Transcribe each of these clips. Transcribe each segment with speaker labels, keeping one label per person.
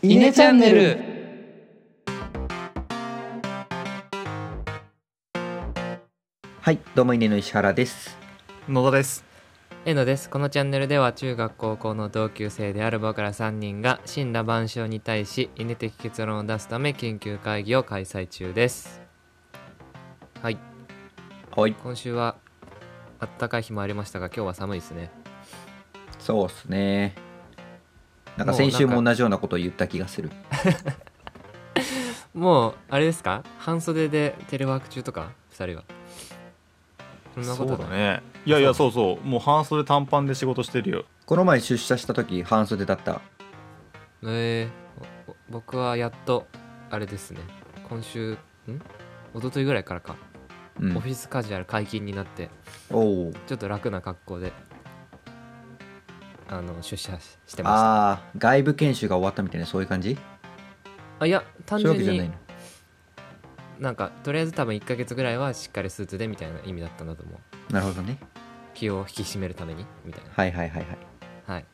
Speaker 1: イネチャンネル
Speaker 2: はい、どうもイネの石原です。
Speaker 3: 野田です。
Speaker 1: えのですこのチャンネルでは中学高校の同級生である僕ら3人が死んだ万象に対しイネ的結論を出すため緊急会議を開催中ですはい
Speaker 2: はい、
Speaker 1: 今週はあったかい日もありましたが今日は寒いですね
Speaker 2: そうっすね。なんか
Speaker 1: もう
Speaker 2: 先週
Speaker 1: な
Speaker 2: も
Speaker 1: んか
Speaker 2: 同じようなことを言った気がする。
Speaker 1: もうあれですか半袖でテレワーク中とか2人はそんなこ
Speaker 3: そ
Speaker 1: と
Speaker 3: う
Speaker 1: は
Speaker 3: だ
Speaker 1: ない
Speaker 3: ね。いやいや、そうそう、もう半袖短パンで仕事してるよ。
Speaker 2: この前出社した時半袖だった。
Speaker 1: えー、おお僕はやっとあれですね今週ん一昨日ぐらいからか、
Speaker 2: うん
Speaker 1: オフィスカジュアル解禁になって
Speaker 2: おお。
Speaker 1: ちょっと楽な格好であの出社ししてました
Speaker 2: ああ、外部研修が終わったみたいなそういう感じ？
Speaker 1: あいや単
Speaker 2: そういうわ
Speaker 1: 純
Speaker 2: けじゃない
Speaker 1: に
Speaker 2: の。
Speaker 1: なんかとりあえず多分1ヶ月ぐらいはしっかりスーツでみたいな意味だったんだと思う
Speaker 2: なるほどね。
Speaker 1: 気を引き締めるためにみたいな
Speaker 2: はいはいはいはい。
Speaker 1: はい。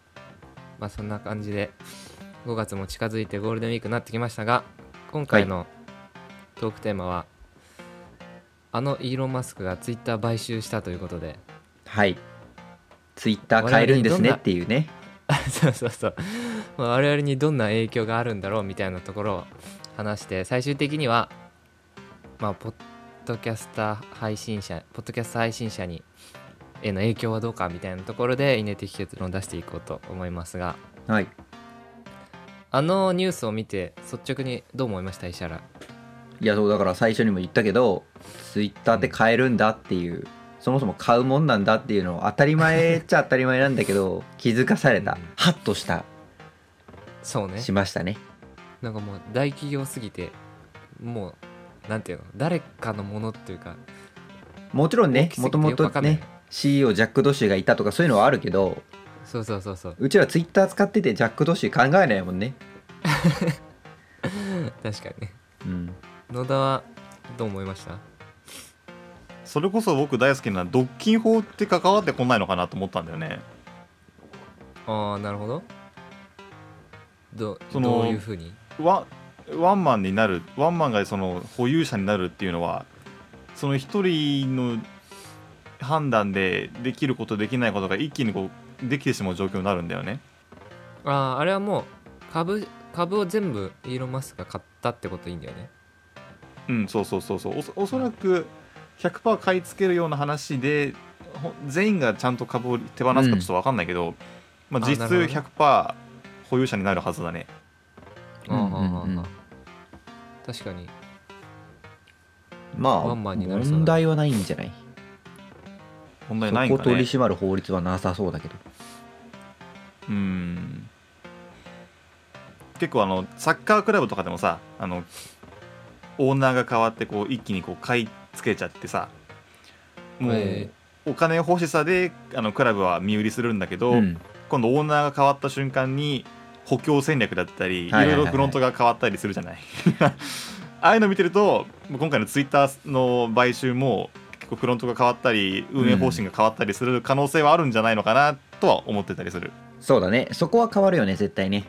Speaker 1: まあそんな感じで5月も近づいてゴールデンウィークになってきましたが今回のトークテーマは、あのイーロン・マスクがツイッター買収したということで
Speaker 2: はい。ツイッター変えるんですねっていうね。
Speaker 1: そうそうそう、まあ、我々にどんな影響があるんだろうみたいなところを話して最終的にはまあポッドキャスター配信者ポッドキャスト配信者にへの影響はどうかみたいなところでイネ的結論を出していこうと思いますが
Speaker 2: はい。
Speaker 1: あのニュースを見て率直にどう思いました石原
Speaker 2: いやそうだから最初にも言ったけど、ツイッターって変えるんだっていう。そもそも買うもんなんだっていうのを当たり前っちゃ当たり前なんだけど気づかされ
Speaker 1: う
Speaker 2: た
Speaker 1: ん
Speaker 2: ハッとした
Speaker 1: そうね
Speaker 2: しましたね
Speaker 1: なんかもう大企業すぎてもうなんていうの誰かのものっていうか
Speaker 2: もちろん
Speaker 1: 大
Speaker 2: ね
Speaker 1: きすぎ
Speaker 2: も
Speaker 1: て
Speaker 2: と
Speaker 1: よ
Speaker 2: も
Speaker 1: く
Speaker 2: と
Speaker 1: わかんない
Speaker 2: ね CEO ジャック・ドッシュがいたとかそういうのはあるけど
Speaker 1: そうそうそうそう
Speaker 2: うちらツイッター使っててジャック・ドッシュ考えないもんね
Speaker 1: 確かにね
Speaker 2: うん
Speaker 1: 野田はどう思いました
Speaker 3: それこそ僕大好きな独禁法って関わってこないのかなと思ったんだよね。
Speaker 1: ああなるほどど
Speaker 3: その
Speaker 1: どういうふうに
Speaker 3: ワワンマンになる、ワンマンがその保有者になるっていうのは、その一人の判断でできることできないことが一気にこうできてしまう状況になるんだよね。
Speaker 1: あああれはもう株株を全部イーロン・マスクが買ったってこといいんだよね
Speaker 3: うん、そうそうそうそう。おそおそらく100%買い付けるような話で、ほ全員がちゃんと株を手放すかちょっと分かんないけど、まあ、
Speaker 1: あ
Speaker 3: 実質
Speaker 1: なるほど
Speaker 3: 100%保有者になるはずだね。
Speaker 1: ああ、
Speaker 2: うんうんうん
Speaker 1: ああああ確かに
Speaker 2: まあ
Speaker 1: ワンマンになりそうだ
Speaker 2: 問題はないんじゃない
Speaker 3: 問題ない
Speaker 2: そ
Speaker 3: ん
Speaker 2: こ
Speaker 3: か
Speaker 2: 取り
Speaker 3: ね。
Speaker 2: 締まる法律はなさそうだけど
Speaker 3: うん結構あのサッカークラブとかでもさあのオーナーが変わってこう一気にこう買い付けちゃってさも
Speaker 1: え
Speaker 3: うお金欲しさであのクラブは身売りするんだけど、
Speaker 2: うん
Speaker 3: 今度オーナーが変わった瞬間に補強戦略だったり、い
Speaker 2: はいはいはいはい
Speaker 3: ろいろフロントが変わったりするじゃない ああいうの見てるともう今回のツイッターの買収も結構フロントが変わったり運営方針が変わったりする可能性はあるんじゃないのかなとは思ってたりする、
Speaker 2: そうだねそこは変わるよね絶対ね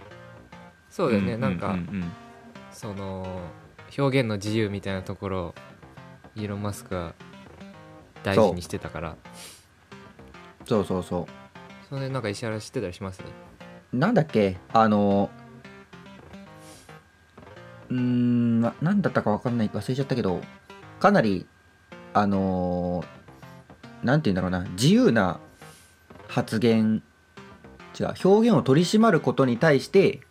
Speaker 1: そうだよね、
Speaker 3: ん
Speaker 1: なんか、
Speaker 3: ううん
Speaker 1: その表現の自由みたいなところをイーロン・マスクは大事にしてたから
Speaker 2: そうそうそ
Speaker 1: その辺なんか石原知ってたりします
Speaker 2: うなんだっけあのうーんななんだったかわかんない忘れちゃったけどかなりあのなんて言うんだろうな自由な発言違う表現を取り締まることに対して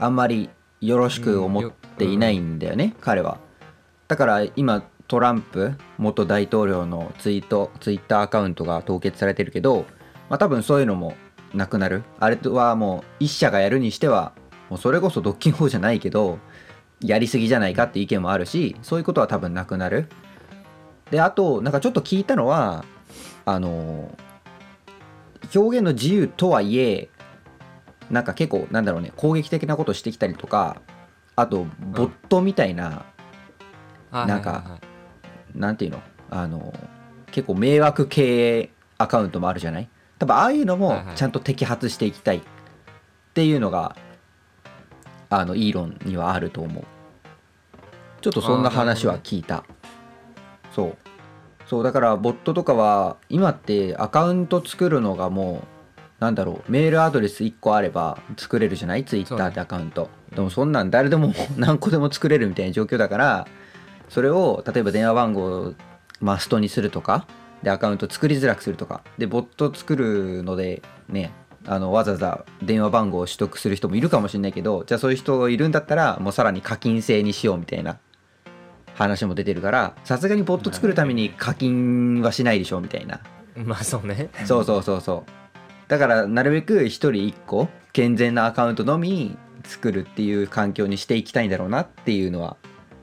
Speaker 2: あんまりよろしく思っていないんだよね、彼はだから今トランプ元大統領のツイートツイッターアカウントが凍結されてるけど、まあ、多分そういうのもなくなるあれはもう一社がやるにしてはもうそれこそ独禁法じゃないけどやりすぎじゃないかって意見もあるしそういうことは多分なくなるであとなんかちょっと聞いたのはあの表現の自由とはいえなんか結構なんだろうね攻撃的なことしてきたりとかあとボットみたいな、
Speaker 1: あ
Speaker 2: なんか
Speaker 1: はいはいはい
Speaker 2: なんていうのあの結構迷惑経営アカウントもあるじゃない多分ああいうの
Speaker 1: は
Speaker 2: も
Speaker 1: いはい
Speaker 2: ちゃんと摘発していきたいっていうのがあのイーロンにはあると思うちょっとそんな話は聞いたそうそうだからボットとかは今ってアカウント作るのがもうなんだろうメールアドレス1個あれば作れるじゃないツイッタ
Speaker 1: そうだ
Speaker 2: ー
Speaker 1: ね
Speaker 2: でアカウント、でもそんなん誰でも 何個でも作れるみたいな状況だからそれを例えば電話番号をマストにするとかでアカウント作りづらくするとかでボット作るのでねあのわざわざ電話番号を取得する人もいるかもしれないけどじゃあそういう人がいるんだったらもうさらに課金制にしようみたいな話も出てるからさすがにボット作るために課金はしないでしょみたいな
Speaker 1: まあそうね
Speaker 2: そうそうそうそうだからなるべく1人1個健全なアカウントのみ作るっていう環境にしていきたいんだろうなっていうのは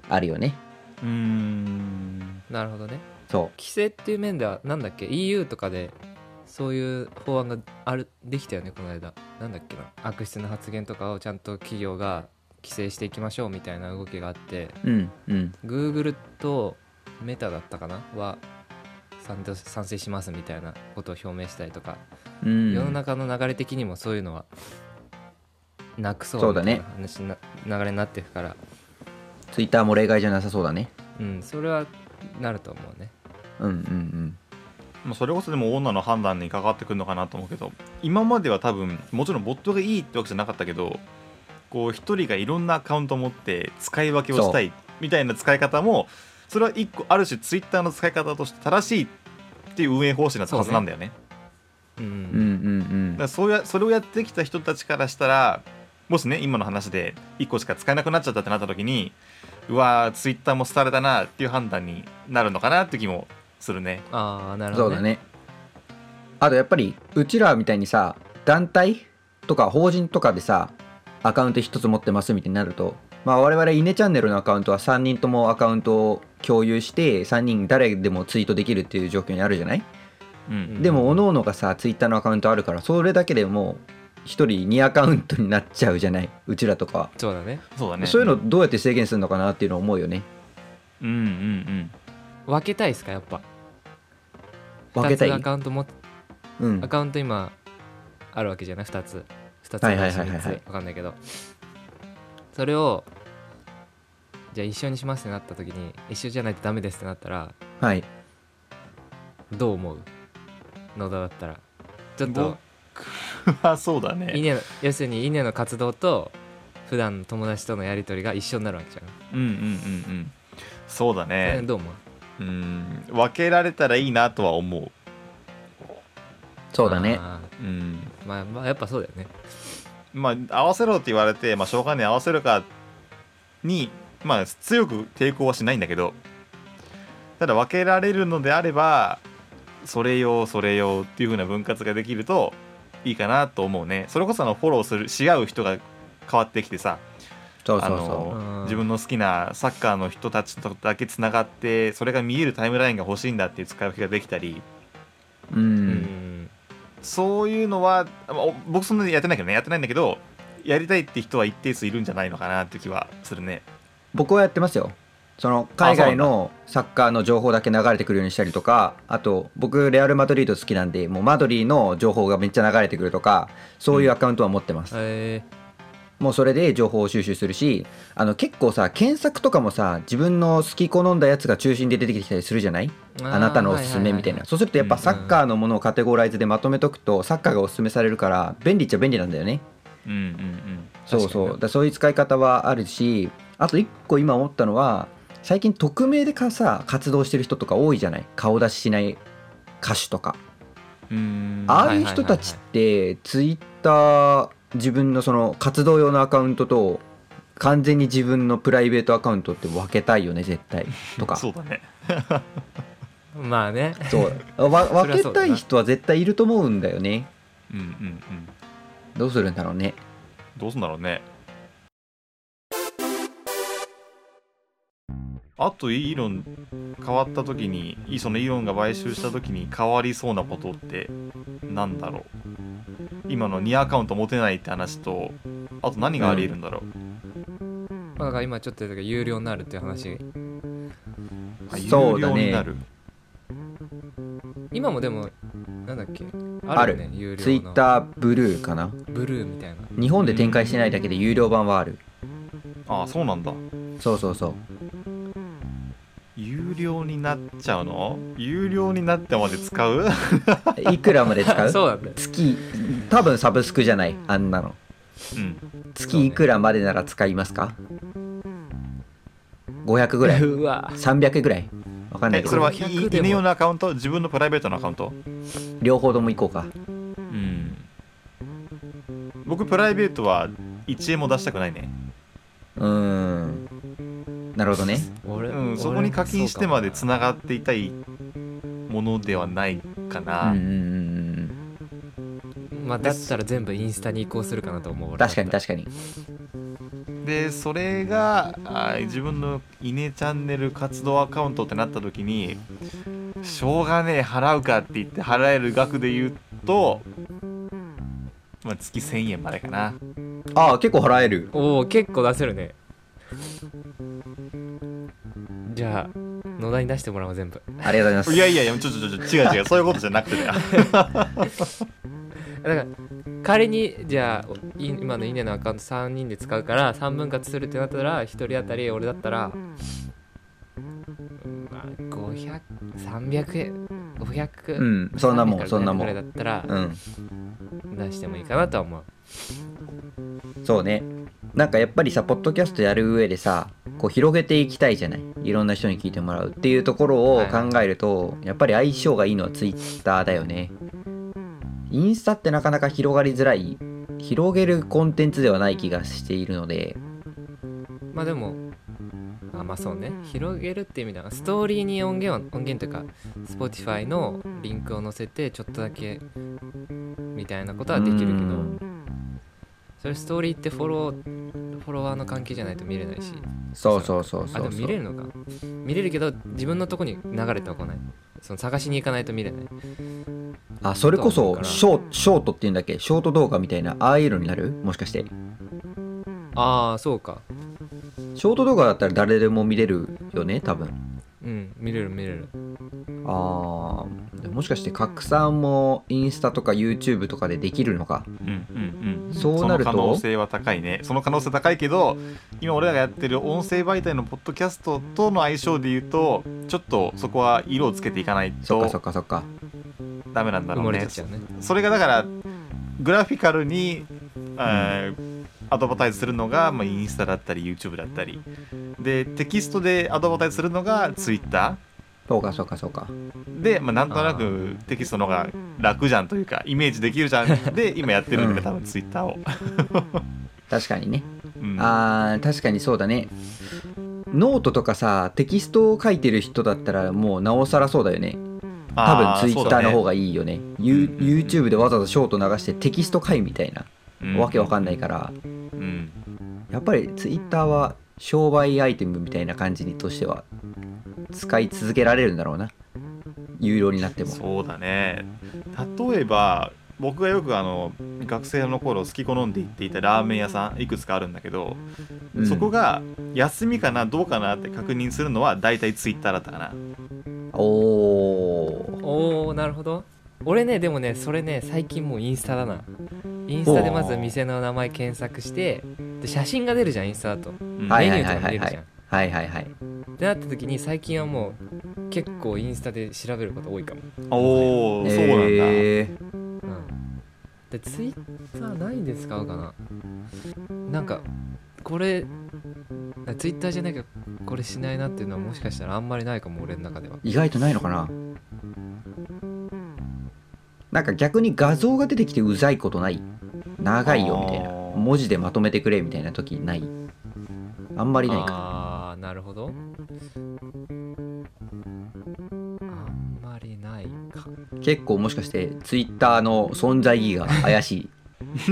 Speaker 2: あるよね
Speaker 3: うーん
Speaker 1: なるほどね
Speaker 2: そ
Speaker 1: 規制っていう面ではなんだっけ EU とかでそういう法案があるできたよねこの間なんだっけな悪質な発言とかをちゃんと企業が規制していきましょうみたいな動きがあって
Speaker 2: ううんうん
Speaker 1: Google とメタだったかなは賛同賛成しますみたいなことを表明したりとか、
Speaker 2: うん
Speaker 1: 世の中の流れ的にもそういうのはなくそ
Speaker 2: そううだ
Speaker 1: みたい
Speaker 2: ね
Speaker 1: な話にな、流れになっていくから、
Speaker 2: ツイッターも例外じゃなさそうだね
Speaker 1: うん、それはなると思うね。
Speaker 2: うんうんうん
Speaker 3: まあそれこそでもオーナーの判断に関わってくるのかなと思うけど今までは多分もちろんボットがいいってわけじゃなかったけどこう一人がいろんなアカウントを持って使い分けをしたいみたいな使い方もそれは一個ある種ツイッターの使い方として正しいっていう運営方針だったはずなんだよね
Speaker 1: うん
Speaker 2: うんうん
Speaker 3: だからそうやそれをやってきた人たちからしたらもしね今の話で1個しか使えなくなっちゃったってなった時にうわーツイッターも廃れたなっていう判断になるのかなって気もするね
Speaker 1: ああな
Speaker 2: う
Speaker 1: る
Speaker 2: ん
Speaker 1: ほ
Speaker 2: そ
Speaker 1: どね。
Speaker 2: うだねあとやっぱりうちらみたいにさ団体とか法人とかでさアカウント一つ持ってますみたいになるとまあ我々イネチャンネルのアカウントは3人ともアカウントを共有して3人誰でもツイートできるっていう状況にあるじゃない、
Speaker 3: うん、
Speaker 1: ん
Speaker 2: でも各々がさツイッターのアカウントあるからそれだけでもう1人2アカウントになっちゃうじゃないうちらとかは、
Speaker 1: そうだね。
Speaker 3: そうだね
Speaker 2: そういうのどうやって制限するのかなっていうのを思うよね
Speaker 3: うんうんうん
Speaker 1: 分けたいですかやっぱ。
Speaker 2: 分けたい
Speaker 1: 2つアカウントも
Speaker 2: うん
Speaker 1: アカウント今あるわけじゃない2つ2つ
Speaker 2: は
Speaker 1: ないい
Speaker 2: はい
Speaker 1: し
Speaker 2: はいはいはい
Speaker 1: 3つ分かんないけどそれをじゃあ一緒にしますってなった時に一緒じゃないとダメですってなったら
Speaker 2: はい
Speaker 1: どう思う野田だったらちょっと
Speaker 3: 僕はそうだね
Speaker 1: 稲の要するに稲の活動と普段の友達とのやり取りが一緒になるわけじ
Speaker 3: うんうんうんうんそうだ
Speaker 1: ゃん、え
Speaker 3: ね
Speaker 1: どう思う
Speaker 3: うん分けられたらいいなとは思う
Speaker 2: そうだね
Speaker 1: あ
Speaker 3: うん
Speaker 1: ーまあまあやっぱそうだよね
Speaker 3: まあ合わせろって言われて、まあ、しょうがねえ合わせるかに、まあ、強く抵抗はしないんだけどただ分けられるのであればそれ用それ用っていう風な分割ができるといいかなと思うねそれこそあのフォローするし合う人が変わってきてさ
Speaker 2: そうそ
Speaker 3: あ
Speaker 2: うそ
Speaker 1: うん
Speaker 3: の自分の好きなサッカーの人たちとだけつながってそれが見えるタイムラインが欲しいんだっていう使い分けができたり
Speaker 2: うう
Speaker 1: うんん
Speaker 3: そういうのは、まあお僕そんなにやってないけどねやってないんだけどやりたいって人は一定数いるんじゃないのかなって気はするね
Speaker 2: 僕はやってますよその海外のサッカーの情報だけ流れてくるようにしたりとかあと僕レアル・マドリード好きなんでもうマドリーの情報がめっちゃ流れてくるとかそういうアカウントは持ってます、
Speaker 1: え
Speaker 2: もうそれで情報を収集するしあの結構さ検索とかもさ自分の好き好んだやつが中心で出てきたりするじゃない
Speaker 1: ーー
Speaker 2: あなたのおすすめみたい
Speaker 1: は
Speaker 2: な
Speaker 1: は
Speaker 2: そうするとやっぱ
Speaker 3: うん
Speaker 2: サッカーのものをカテゴライズでまとめとくとサッカーがおすすめされるから便利っちゃ便利なんだよね
Speaker 3: うんうんうん
Speaker 2: そう
Speaker 1: 確か
Speaker 2: そ
Speaker 1: に
Speaker 2: う
Speaker 1: ね
Speaker 2: だからそういう使い方はあるしあと一個今思ったのは最近匿名でかさ活動してる人とか多いじゃない顔出ししない歌手とか、
Speaker 3: うーん
Speaker 2: あ
Speaker 1: は
Speaker 2: あ
Speaker 1: いはい
Speaker 2: いう
Speaker 1: はい
Speaker 2: 人たちってツイッター自分のその活動用のアカウントと完全に自分のプライベートアカウントって分けたいよね絶対 とか
Speaker 3: そうだね
Speaker 1: いまあね
Speaker 2: そうわ
Speaker 1: それは
Speaker 2: 分
Speaker 1: そうだな
Speaker 2: けたい人は絶対いると思うんだよね
Speaker 3: うんうんうん
Speaker 2: どうするんだろうね
Speaker 3: どうすんだろうねあとイーロン変わった時にいそのイーロンが買収した時に変わりそうなことってなんだろう今の2アカウント持てないって話とあと何がありえるんだろう、
Speaker 1: まあだから今ちょっと言ったけど有料になるっていう話
Speaker 3: あ
Speaker 2: そうだね
Speaker 3: 有料になる
Speaker 1: 今もでもなんだっけあるよね有料の
Speaker 2: ツイッターブルーかな
Speaker 1: ブルーみたいな
Speaker 2: 日本で展開してないだけで有料版はある
Speaker 3: ああそうなんだ
Speaker 2: そうそうそう
Speaker 3: 有料になっちゃうの有料になってまで使う
Speaker 2: いくらまで使う
Speaker 1: そうなんだよ
Speaker 2: 月多分サブスクじゃないあんなの
Speaker 3: うん
Speaker 2: 月いくらまでなら使いますか500ぐらい
Speaker 1: うわ
Speaker 2: 300ぐらいわかんない
Speaker 3: え
Speaker 2: け
Speaker 3: それ
Speaker 2: ど
Speaker 3: はい
Speaker 1: 500でも
Speaker 3: 犬用のアカウント自分のプライベートのアカウント
Speaker 2: 両方とも行こうか
Speaker 3: うん僕プライベートは1円も出したくないね
Speaker 2: うーんなるほどね
Speaker 1: 俺
Speaker 3: うん、
Speaker 1: 俺
Speaker 3: そこに課金してまでつ
Speaker 1: そうか
Speaker 3: ながっていたいものではないか
Speaker 2: う
Speaker 3: な、
Speaker 2: んうんうんうん
Speaker 1: もまあ、だったら全部インスタに移行するかなと思う俺
Speaker 2: 確かに確かに
Speaker 3: でそれがあー自分の「イネチャンネル活動アカウント」ってなった時にしょうがねえ払うかって言って払える額で言うと、まあ、月1000円までかな
Speaker 2: ああ結構払える
Speaker 1: おお結構出せるねじゃあ野田に出してもらおう全部
Speaker 2: ありがとうございます
Speaker 3: いやいやいやちょちょちょちょ違う違うそういうことじゃなくてだよ
Speaker 1: だから仮にじゃあい今のイネのアカウント3人で使うから3分割するってなったら1人当たり俺だったら、まあ、500300円500
Speaker 2: うんそんなもん
Speaker 1: 300
Speaker 2: そんなもん
Speaker 1: ぐらいだったら
Speaker 2: うん
Speaker 1: 出してもいいかなとは思う
Speaker 2: そうねなんかやっぱりさポッドキャストやる上でさこう広げていきたいじゃないいろんな人に聞いてもらうっていうところを考えると、やっぱり相性がいいのはツイッターだよねインスタってなかなか広がりづらい広げるコンテンツではない気がしているので
Speaker 1: まあでもあまあそうね広げるって意味だなストーリーに音源を音源というか Spotify のリンクを載せてちょっとだけみたいなことはできるけ
Speaker 2: う
Speaker 1: ど
Speaker 2: ん
Speaker 1: それストーリーってフォローフォロワーの関係じゃないと見れないし
Speaker 2: そうそうそうそう
Speaker 1: あでも見れるのか見れるけど自分のとこに流れてはこないその探しに行かないと見れない
Speaker 2: あそれこ
Speaker 1: そうだ
Speaker 2: そ
Speaker 1: から
Speaker 2: ショーショートっていうんだっけショート動画みたいなああいうのになるもしかして
Speaker 1: ああそうか
Speaker 2: ショート動画だったら誰でも見れるよね多分
Speaker 1: うん見れる見れる
Speaker 2: あーもしかして拡散もインスタとか YouTube とかでできるのか
Speaker 3: うんうんうん
Speaker 2: そうなると
Speaker 3: その可能性は高いねその可能性高いけど今俺らがやってる音声媒体のポッドキャストとの相性で言うとちょっとそこは色をつけていかない
Speaker 2: そっかそ
Speaker 3: と
Speaker 2: っかそっか
Speaker 3: ダメなんだ
Speaker 1: 埋
Speaker 3: ろ
Speaker 1: も
Speaker 3: う
Speaker 1: れ
Speaker 3: ね
Speaker 1: てっちゃうね
Speaker 3: それがだからグラフィカルに、えーアドバタイズするのが、まあ、インスタだったり YouTube だったりでテキストでアドバタイズするのが Twitter
Speaker 2: そうかそうかそうか
Speaker 3: で、まあ、なんとな
Speaker 1: あ
Speaker 3: くテキストの方が楽じゃんというかイメージできるじゃんで今やってるんで多分 Twitter を、
Speaker 2: 確かにね
Speaker 3: うん、
Speaker 2: あー確かにそうだねノートとかさテキストを書いてる人だったらもうなおさらそうだよね多分
Speaker 3: あーそう
Speaker 2: Twitter
Speaker 3: だね
Speaker 2: の方がいいよねユ
Speaker 3: うんうんうん
Speaker 2: YouTube でわざわざショート流してテキスト書いみたいな、
Speaker 3: うん
Speaker 2: わけわかんないから
Speaker 3: うん
Speaker 2: やっぱり Twitter は商売アイテムみたいな感じにとしては使い続けられるんだろうな有料になっても
Speaker 3: そうだね例えば僕がよくあの学生の頃好き好んで行っていたラーメン屋さんいくつかあるんだけど、
Speaker 2: うん
Speaker 3: そこが休みかなどうかなって確認するのは大体ツイッターだったかな
Speaker 2: おー
Speaker 1: おおなるほど俺ねでもねそれね最近もうインスタだなインスタでまず店の名前検索してで写真が出るじゃんインスタだとメ
Speaker 3: うん
Speaker 2: はい
Speaker 1: ニューとかも出るじゃん
Speaker 2: はいはいはい
Speaker 1: ってなった時に最近はもう結構インスタで調べること多いかも、
Speaker 3: おお、そうなんだ、
Speaker 2: えー
Speaker 1: うん、でツイッター何で使うかななんかこれあツイッターじゃなきゃこれしないなっていうのはもしかしたらあんまりないかも俺の中では
Speaker 2: 意外とないのかななんか逆に画像が出てきてうざいことない長いよみたいな
Speaker 3: あー
Speaker 2: 文字でまとめてくれみたいな時ないあんまりないか
Speaker 1: ああーなるほどあんまりないか
Speaker 2: 結構もしかしてツイッターの存在意義が怪しい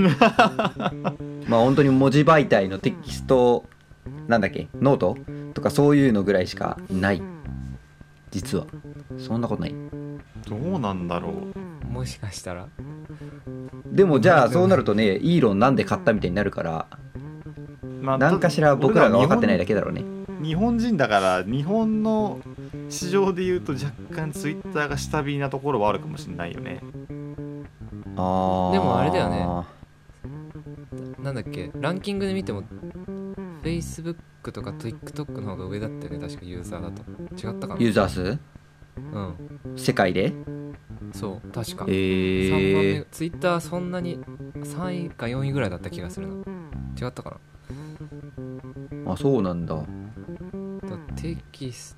Speaker 2: まあ本当に文字媒体のテキストなんだっけノートとかそういうのぐらいしかない実はそんなことない
Speaker 3: どうなんだろう
Speaker 1: もしかしたら
Speaker 2: でもじゃあそうなるとねイーロンなんで買ったみたいになるから
Speaker 3: まあ
Speaker 2: 何かしら僕らが分かってないだ
Speaker 3: け
Speaker 2: けだろうね
Speaker 3: 日本人だから日本の市場で言うと若干ツイッターが下火なところはあるかもしれないよね
Speaker 2: あー
Speaker 1: でもあれだよねなんだっけランキングで見ても Facebook とか TikTok の方が上だったよね確かユーザーだと違ったかな
Speaker 2: ユーザー数
Speaker 1: うん
Speaker 2: 世界で
Speaker 1: そう確か、
Speaker 2: え
Speaker 1: 3番目
Speaker 2: ー、
Speaker 1: Twitter そんなに3位か4位ぐらいだった気がするな違ったかな
Speaker 2: あそうなんだ
Speaker 1: だテキス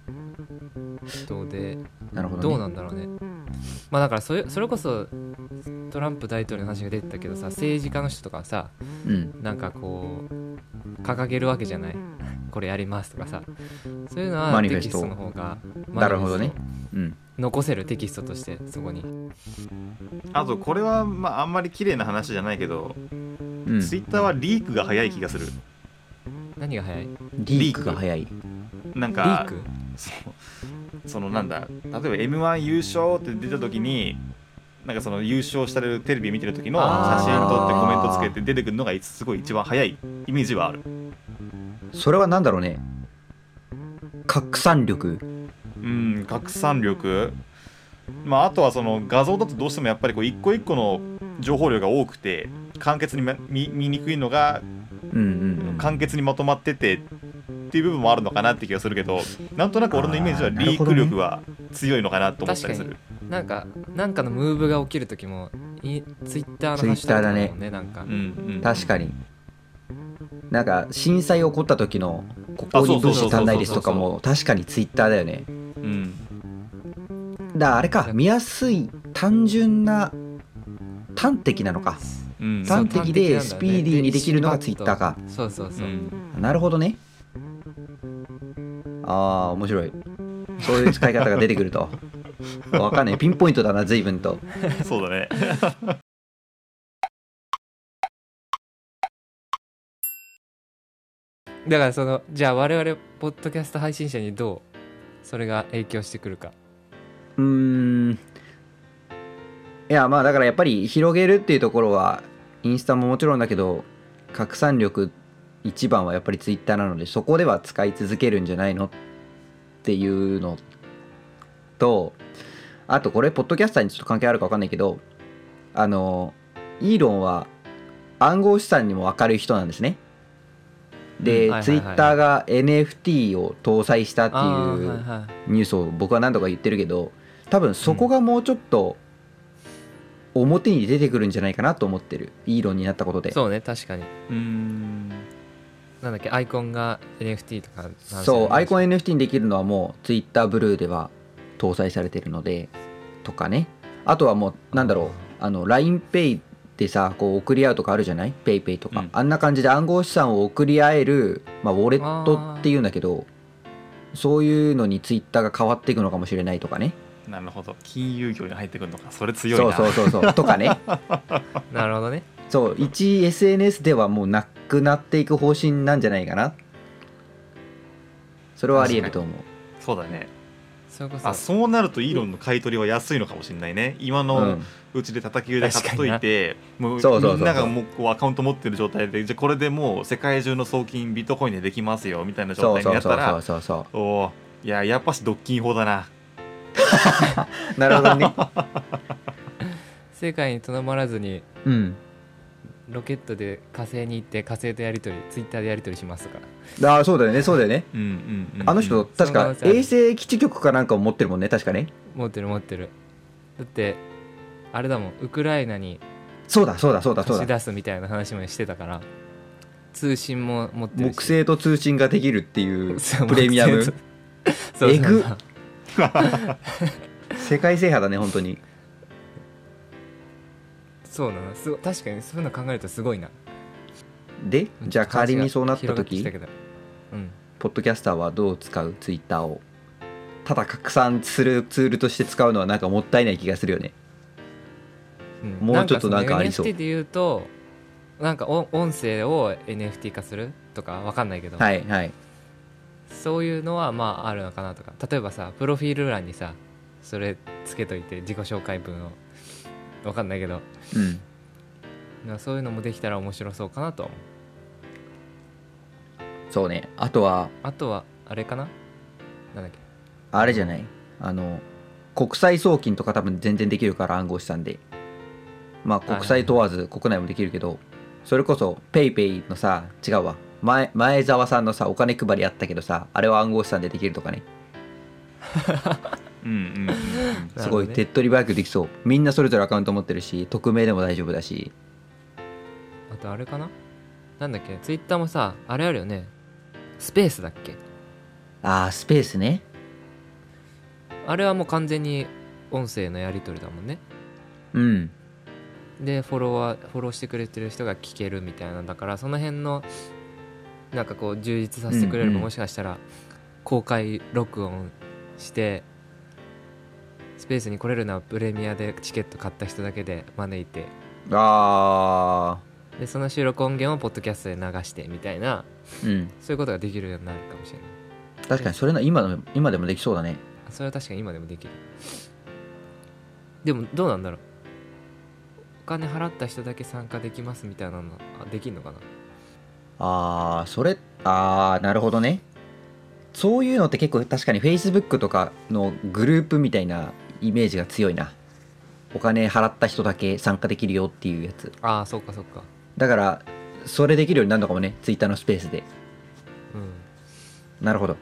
Speaker 1: トで
Speaker 2: なるほど、ね、
Speaker 1: どうなんだろうねまあだからそれそれこそトランプ大統領の話が出てたけどさ政治家の人とかさ
Speaker 2: うん
Speaker 1: なんかこう掲げるわけじゃない これやりますとかさそういうのは
Speaker 2: マニフ
Speaker 1: テ
Speaker 2: ェスト
Speaker 1: キストの方が
Speaker 2: なるほど
Speaker 1: マ
Speaker 2: ね
Speaker 1: ニフェス
Speaker 2: うん
Speaker 1: ト残せるテキストとしてそこに
Speaker 3: あとこれはまああんまり綺麗な話じゃないけど、
Speaker 2: うん
Speaker 3: ツイッターはリークが早い気がする
Speaker 1: 何が早いリ
Speaker 2: リークが早い
Speaker 3: なんか
Speaker 1: ーク
Speaker 3: そうそのなんだ例えば m 1優勝って出た時になんかその優勝されるテレビ見てる時の
Speaker 1: あー
Speaker 3: 写真撮ってコメントつけて出てくるのがすごい一番早いイメージはある
Speaker 2: それはなんだろうね拡散力
Speaker 3: うん拡散力まああとはその画像だとどうしてもやっぱりこう一個一個の情報量が多くて簡潔にま見見にくいのが
Speaker 2: うんうん
Speaker 3: 簡潔にまとまっててっていう部分もあるのかなって気がするけどなんとなく俺のイメージは
Speaker 2: あーなる
Speaker 3: リー
Speaker 2: ほど
Speaker 3: ク
Speaker 2: ね
Speaker 3: 力は強いのかなと思ったりする、
Speaker 1: なんかなんかのムーブが起きる時もいツイッターのハッシュタグとかだもんねなんか、
Speaker 3: うんうん、
Speaker 2: 確かになんか震災起こった時のここ
Speaker 3: あそう
Speaker 2: に
Speaker 3: そう
Speaker 2: 物
Speaker 3: そうそう
Speaker 2: 資足んないですとかも確かにツイッターだよね
Speaker 3: うん
Speaker 2: だからあれか見やすい単純な端的なのか
Speaker 3: うん
Speaker 1: そう
Speaker 2: 端的で
Speaker 1: 端
Speaker 2: ス
Speaker 1: なんだよね
Speaker 2: ピーディーに
Speaker 1: で
Speaker 2: できるのが
Speaker 1: 一瞬パッ
Speaker 2: Twitter か
Speaker 1: とそうそうそう、
Speaker 2: なるほどねああ面白いそういう使い方が出てくるとわかんないピンポイントだな随分と
Speaker 3: そうだね。
Speaker 1: だからそのじゃあ我々ポッドキャスト配信者にどうそれが影響してくるか
Speaker 2: うーんいやまあだからやっぱり広げるっていうところはインスタももちろんだけど拡散力一番はやっぱりツイッターなのでそこでは使い続けるんじゃないのっていうのとあとこれポッドキャスターにちょっと関係あるか分かんないけどあのイーロンは暗号資産にも明るい人なんですね。で、
Speaker 1: うんはいはいはい
Speaker 2: ツイッターが NFT を搭載したって
Speaker 1: あ
Speaker 2: い
Speaker 1: ー
Speaker 2: う
Speaker 1: はいはい
Speaker 2: ニュースを僕は何度か言ってるけど多分そこがもうちょっと表に出てくるんじゃないかなと思ってるいい論になったことで
Speaker 1: そうね確かに
Speaker 3: うん。
Speaker 1: なんだっけアイコンが NFT とかなんですよね
Speaker 2: そうアイコン NFT にできるのはもう TwitterBlue では搭載されてるのでとかねあとはもうなんだろうあの LINEPay でさこう送り合うとかあるじゃない PayPay とか、
Speaker 3: うん
Speaker 2: あんな感じで暗号資産を送り合える、まあ、ウォレットっていうんだけどそういうのに Twitter が変わっていくのかもしれないとかね
Speaker 3: なるほど。金融業に入ってくるのか。それ強い
Speaker 2: そう
Speaker 3: な。
Speaker 2: そうそうそうとかね
Speaker 1: なるほどね
Speaker 2: そう一 SNS ではもうなくなっていく方針なんじゃないかなそれはありえると思う
Speaker 3: そうだね。
Speaker 1: それこそ
Speaker 3: あ、そうなるとイーロンの買い取りは安いのかもしれないね。今
Speaker 2: う
Speaker 3: の
Speaker 2: ん、
Speaker 3: うちで叩き売りで買っといて、もう
Speaker 2: そうそうそうそう
Speaker 3: みんながもうこうアカウント持ってる状態で、じゃあこれでもう世界中の送金ビットコインでできますよみたいな状
Speaker 2: そう
Speaker 3: 態に
Speaker 2: そ
Speaker 3: な
Speaker 2: う
Speaker 3: った
Speaker 2: そうそ
Speaker 3: ら
Speaker 2: う、そうそ
Speaker 3: おおー、いややっぱしドッキン法だな。
Speaker 2: うなるほどね
Speaker 1: 世界にとどまらずに
Speaker 2: うん
Speaker 1: ロケットで火星に行って火星とやり取りツイッターでやり取りしますとか
Speaker 2: ああそうだよねそうだよね
Speaker 3: うんうんうん。
Speaker 2: あの人確
Speaker 1: そ
Speaker 2: か
Speaker 1: うそうそう
Speaker 2: 衛星基地局かなんかを持ってるもんね確かね
Speaker 1: 持ってる持ってるだってあれだもんウクライナに
Speaker 2: そうだそうだそうだそ
Speaker 1: 貸
Speaker 2: う
Speaker 1: し
Speaker 2: だ
Speaker 1: 出すみたいな話もしてたから通信も持ってる
Speaker 2: 木
Speaker 1: し
Speaker 2: 星と通信ができるっていう
Speaker 1: そう
Speaker 2: プレミアム
Speaker 1: 木星とそう
Speaker 2: えぐ
Speaker 1: そう
Speaker 2: 世界制覇だね本当に
Speaker 1: そうなのすご確かにそういうの考えるとすごいな
Speaker 2: でじゃあ仮にそうなった
Speaker 1: 広がてき
Speaker 2: 時
Speaker 1: けどうん
Speaker 2: ポッドキャスターはどう使うツイッターをただ拡散するツールとして使うのはなんかもったいない気がするよね
Speaker 1: うん
Speaker 2: もうちょっとなんかありそう
Speaker 1: なんかの NFT で言うとなんか音音声を NFT 化するとかわかんないけど、
Speaker 2: はいはい
Speaker 1: そういうのはまああるのかなとか例えばさプロフィール欄にさそれつけといて自己紹介文をわかんないけど
Speaker 2: うん
Speaker 1: まあそういうのもできたら面白そうかなとは思う
Speaker 2: そうねあとは
Speaker 1: あとはあれかななんだっけ
Speaker 2: あれじゃないあの国際送金とか多分全然できるから暗号資産でまあ
Speaker 1: いはい
Speaker 2: 国際問わず国内もできるけどそれこそ PayPay のさ違うわ前前澤さんのさお金配りあったけどさあれは暗号資産でできるとかね
Speaker 3: うんうんうんうん
Speaker 1: な
Speaker 2: す
Speaker 1: るほど
Speaker 2: ご
Speaker 1: ね
Speaker 2: い手っ取り早くできそうみんなそれぞれアカウント持ってるし匿名でも大丈夫だし
Speaker 1: あとあれかななんだっけツイッターもさあれあるよねスペースだっけ
Speaker 2: あースペースね
Speaker 1: あれはもう完全に音声のやり取りだもんね
Speaker 2: うん
Speaker 1: でフォロワーフォローしてくれてる人が聞けるみたいなんだからその辺のなんかこう充実させてくれれ
Speaker 2: うん
Speaker 1: ば
Speaker 2: うん
Speaker 1: もしかしたら公開録音してスペースに来れるのはプレミアでチケット買った人だけで招いて
Speaker 2: あ
Speaker 1: でその収録音源をポッドキャストで流してみたいな
Speaker 2: ーうん
Speaker 1: そういうことができるようになるかもしれない
Speaker 2: 確かにそれの今の今でもできそうだね
Speaker 1: あそれは確かに今でもできるでもどうなんだろうお金払った人だけ参加できますみたいなのあできんのかな
Speaker 2: ああそれああなるほどねそういうのって結構確かに Facebook とかのグループみたいなイメージが強いなお金払った人だけ参加できるよっていうやつ
Speaker 1: ああそうかそうか
Speaker 2: だからそれできるようになるのかもね Twitter のスペースで
Speaker 1: うん
Speaker 2: なるほど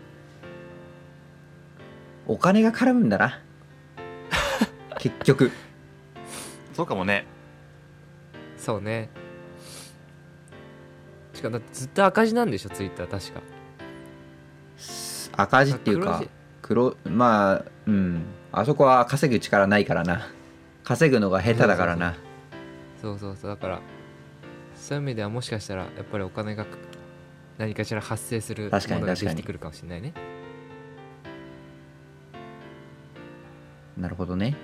Speaker 2: お金が絡むんだな結局
Speaker 3: そうかもね
Speaker 1: そうねしかもだってずっと赤字なんでしょツイッター確か
Speaker 2: す赤字っていう
Speaker 1: あ
Speaker 2: か
Speaker 1: 黒字
Speaker 2: 黒まあうんあそこは稼ぐ力ないからな稼ぐのが下手だからな
Speaker 1: そうそうそうだからそういう意味ではもしかしたらやっぱりお金がか何かしら発生するも
Speaker 2: 確かに
Speaker 1: のが
Speaker 2: 確
Speaker 1: で
Speaker 2: か
Speaker 1: き
Speaker 2: に
Speaker 1: てくるかもしれないね
Speaker 2: なるほどね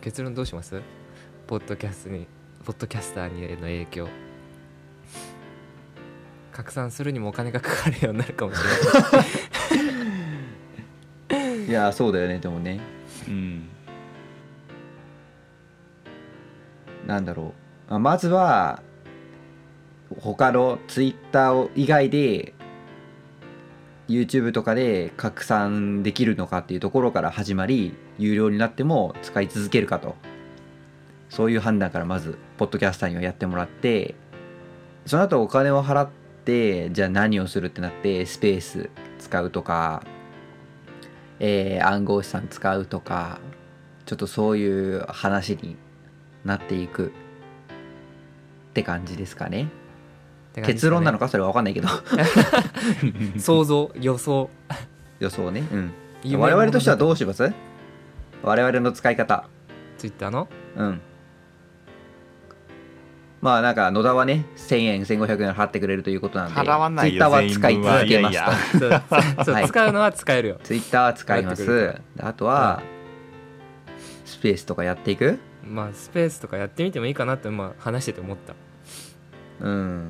Speaker 1: 結論どうしますポッドキャストにポッドキャスターにへの影響拡散するにもお金がかかるようになるかもしれない
Speaker 2: いやそうだよねでもね
Speaker 3: うん
Speaker 2: なんだろうまあまずは他のツイッター以外で YouTube とかで拡散できるのかっていうところから始まり有料になっても使い続けるかとそういう判断からまずポッドキャスターにはやってもらってその後お金を払ってじゃあ何をするってなってスペース使うとか、えー暗号資産使うとかちょっとそういう話になっていくって感じですか
Speaker 1: っ
Speaker 2: ね
Speaker 1: て感じですかね
Speaker 2: 結論なのかそれは分かんないけど
Speaker 1: 想像予想
Speaker 2: 予想ね、うん、我々としてはどうします我々の使い方
Speaker 1: ツイッターの
Speaker 2: うんまあなんか野田はね1000円1500円払ってくれるということなんで
Speaker 3: 払わないよ
Speaker 2: ツイッターは使い続け
Speaker 3: 全員分
Speaker 2: ま
Speaker 3: はいやい
Speaker 2: す
Speaker 3: や
Speaker 2: と
Speaker 1: そうそう
Speaker 2: はい
Speaker 1: 使うのは使えるよ
Speaker 2: ツイッターは使いま
Speaker 1: 払って
Speaker 2: す
Speaker 1: く
Speaker 2: であとは、スペースとかやっていく
Speaker 1: まあスペースとかやってみてもいいかなって、まあ、話してて思ったち
Speaker 2: うん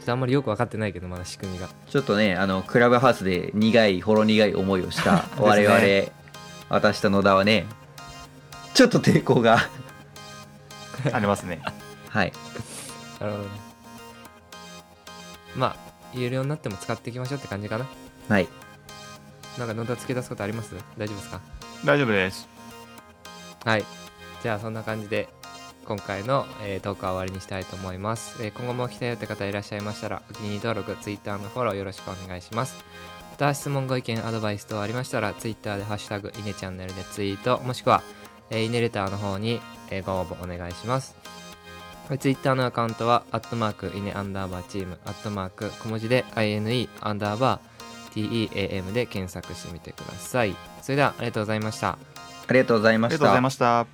Speaker 1: ょっとあんまりよく分かってないけどまだ仕組みが
Speaker 2: ちょっとねあのクラブハウスで苦いほろ苦い思いをした 我々、私と野田はねちょっと抵抗が
Speaker 3: ありますね
Speaker 2: はい
Speaker 1: なるほどねまあ有料になっても使っていきましょうって感じかな
Speaker 2: はい
Speaker 1: なんか野田付け出すことあります大丈夫ですか
Speaker 3: 大丈夫です
Speaker 1: はい。じゃあそんな感じで今回の、えートークは終わりにしたいと思います、えー今後も来たよって方いらっしゃいましたらお気に入り登録、Twitter のフォローよろしくお願いします。また質問、ご意見、アドバイス等ありましたら Twitter でハッシュタグイネチャンネルでツイートもしくは、えーイネレターの方に、えーご応募お願いします。ツイッターのアカウントは、アットマーク、イネアンダーバーチーム、アットマーク、小文字で、INE アンダーバー、TEAM で検索してみてください。それでは、ありがとうございました。
Speaker 2: ありがとうござい
Speaker 3: あ
Speaker 2: ま
Speaker 3: り
Speaker 2: し
Speaker 3: がとうござ
Speaker 2: た
Speaker 3: いました